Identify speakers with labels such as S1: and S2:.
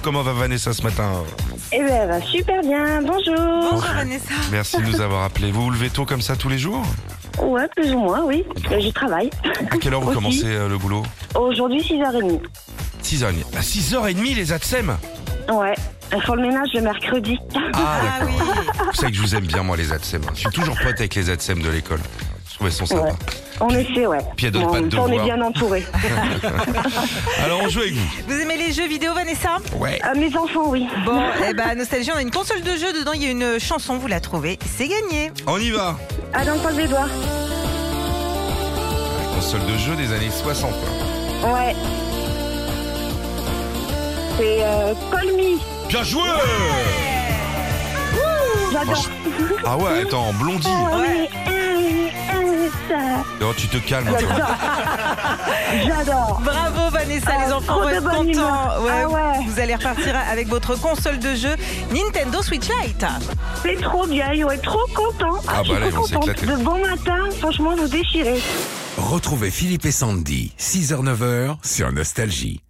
S1: Comment va Vanessa ce matin
S2: Eh ben, elle va super bien, bonjour.
S3: Bonjour Vanessa.
S1: Merci de nous avoir appelés. Vous vous levez tôt comme ça tous les jours
S2: Ouais, plus ou moins, oui. Euh, Je travaille.
S1: À quelle heure vous
S2: Aussi.
S1: commencez euh, le boulot
S2: Aujourd'hui, 6h30.
S1: 6h30. À 6h30 les ATSEM
S2: Ouais. Elles font le ménage le mercredi.
S1: E Ah
S3: Ah
S1: d'accord.
S3: oui.
S1: Vous savez que je vous aime bien moi les ATSEM. E Je suis toujours pote avec les ATSEM E de l'école. Je trouvais son sympa.
S2: Ouais. En effet, ouais.
S1: Puis elle donne pas
S2: Bon, en
S1: de
S2: même temps, on est
S1: devoirs.
S2: bien entourés.
S1: Alors on joue avec vous.
S3: Vous aimez les jeux vidéo Vanessa
S1: Ouais.
S2: Euh, mes enfants, oui.
S3: Bon, eh ben Nostalgie, on a une console de jeu dedans, il y a une chanson, vous la trouvez, c'est gagné.
S1: On y va.
S2: Ah, dans le coin des doigts.
S1: Console de jeu des années 60. hein.
S2: Ouais. C'est euh, Call Me.
S1: Bien joué
S2: J'adore.
S1: Ah ouais, attends, blondie.
S2: Oui, oui, oui, ça.
S1: Oh, tu te calmes. toi.
S2: J'adore. J'adore.
S3: Bravo Vanessa,
S2: Ah,
S3: les enfants
S2: trop
S3: vont
S2: de
S3: être
S2: bonne
S3: contents.
S2: humeur. Ah ouais.
S3: Vous allez repartir avec votre console de jeu Nintendo Switch Lite.
S2: C'est trop bien, ils vont être trop contents.
S1: Ah
S2: je suis
S1: bah là, ils
S2: trop
S1: vont
S2: contente.
S1: s'éclater.
S2: De bon matin, franchement, vous déchirez.
S4: Retrouvez Philippe et Sandy, 6h-9h sur Nostalgie.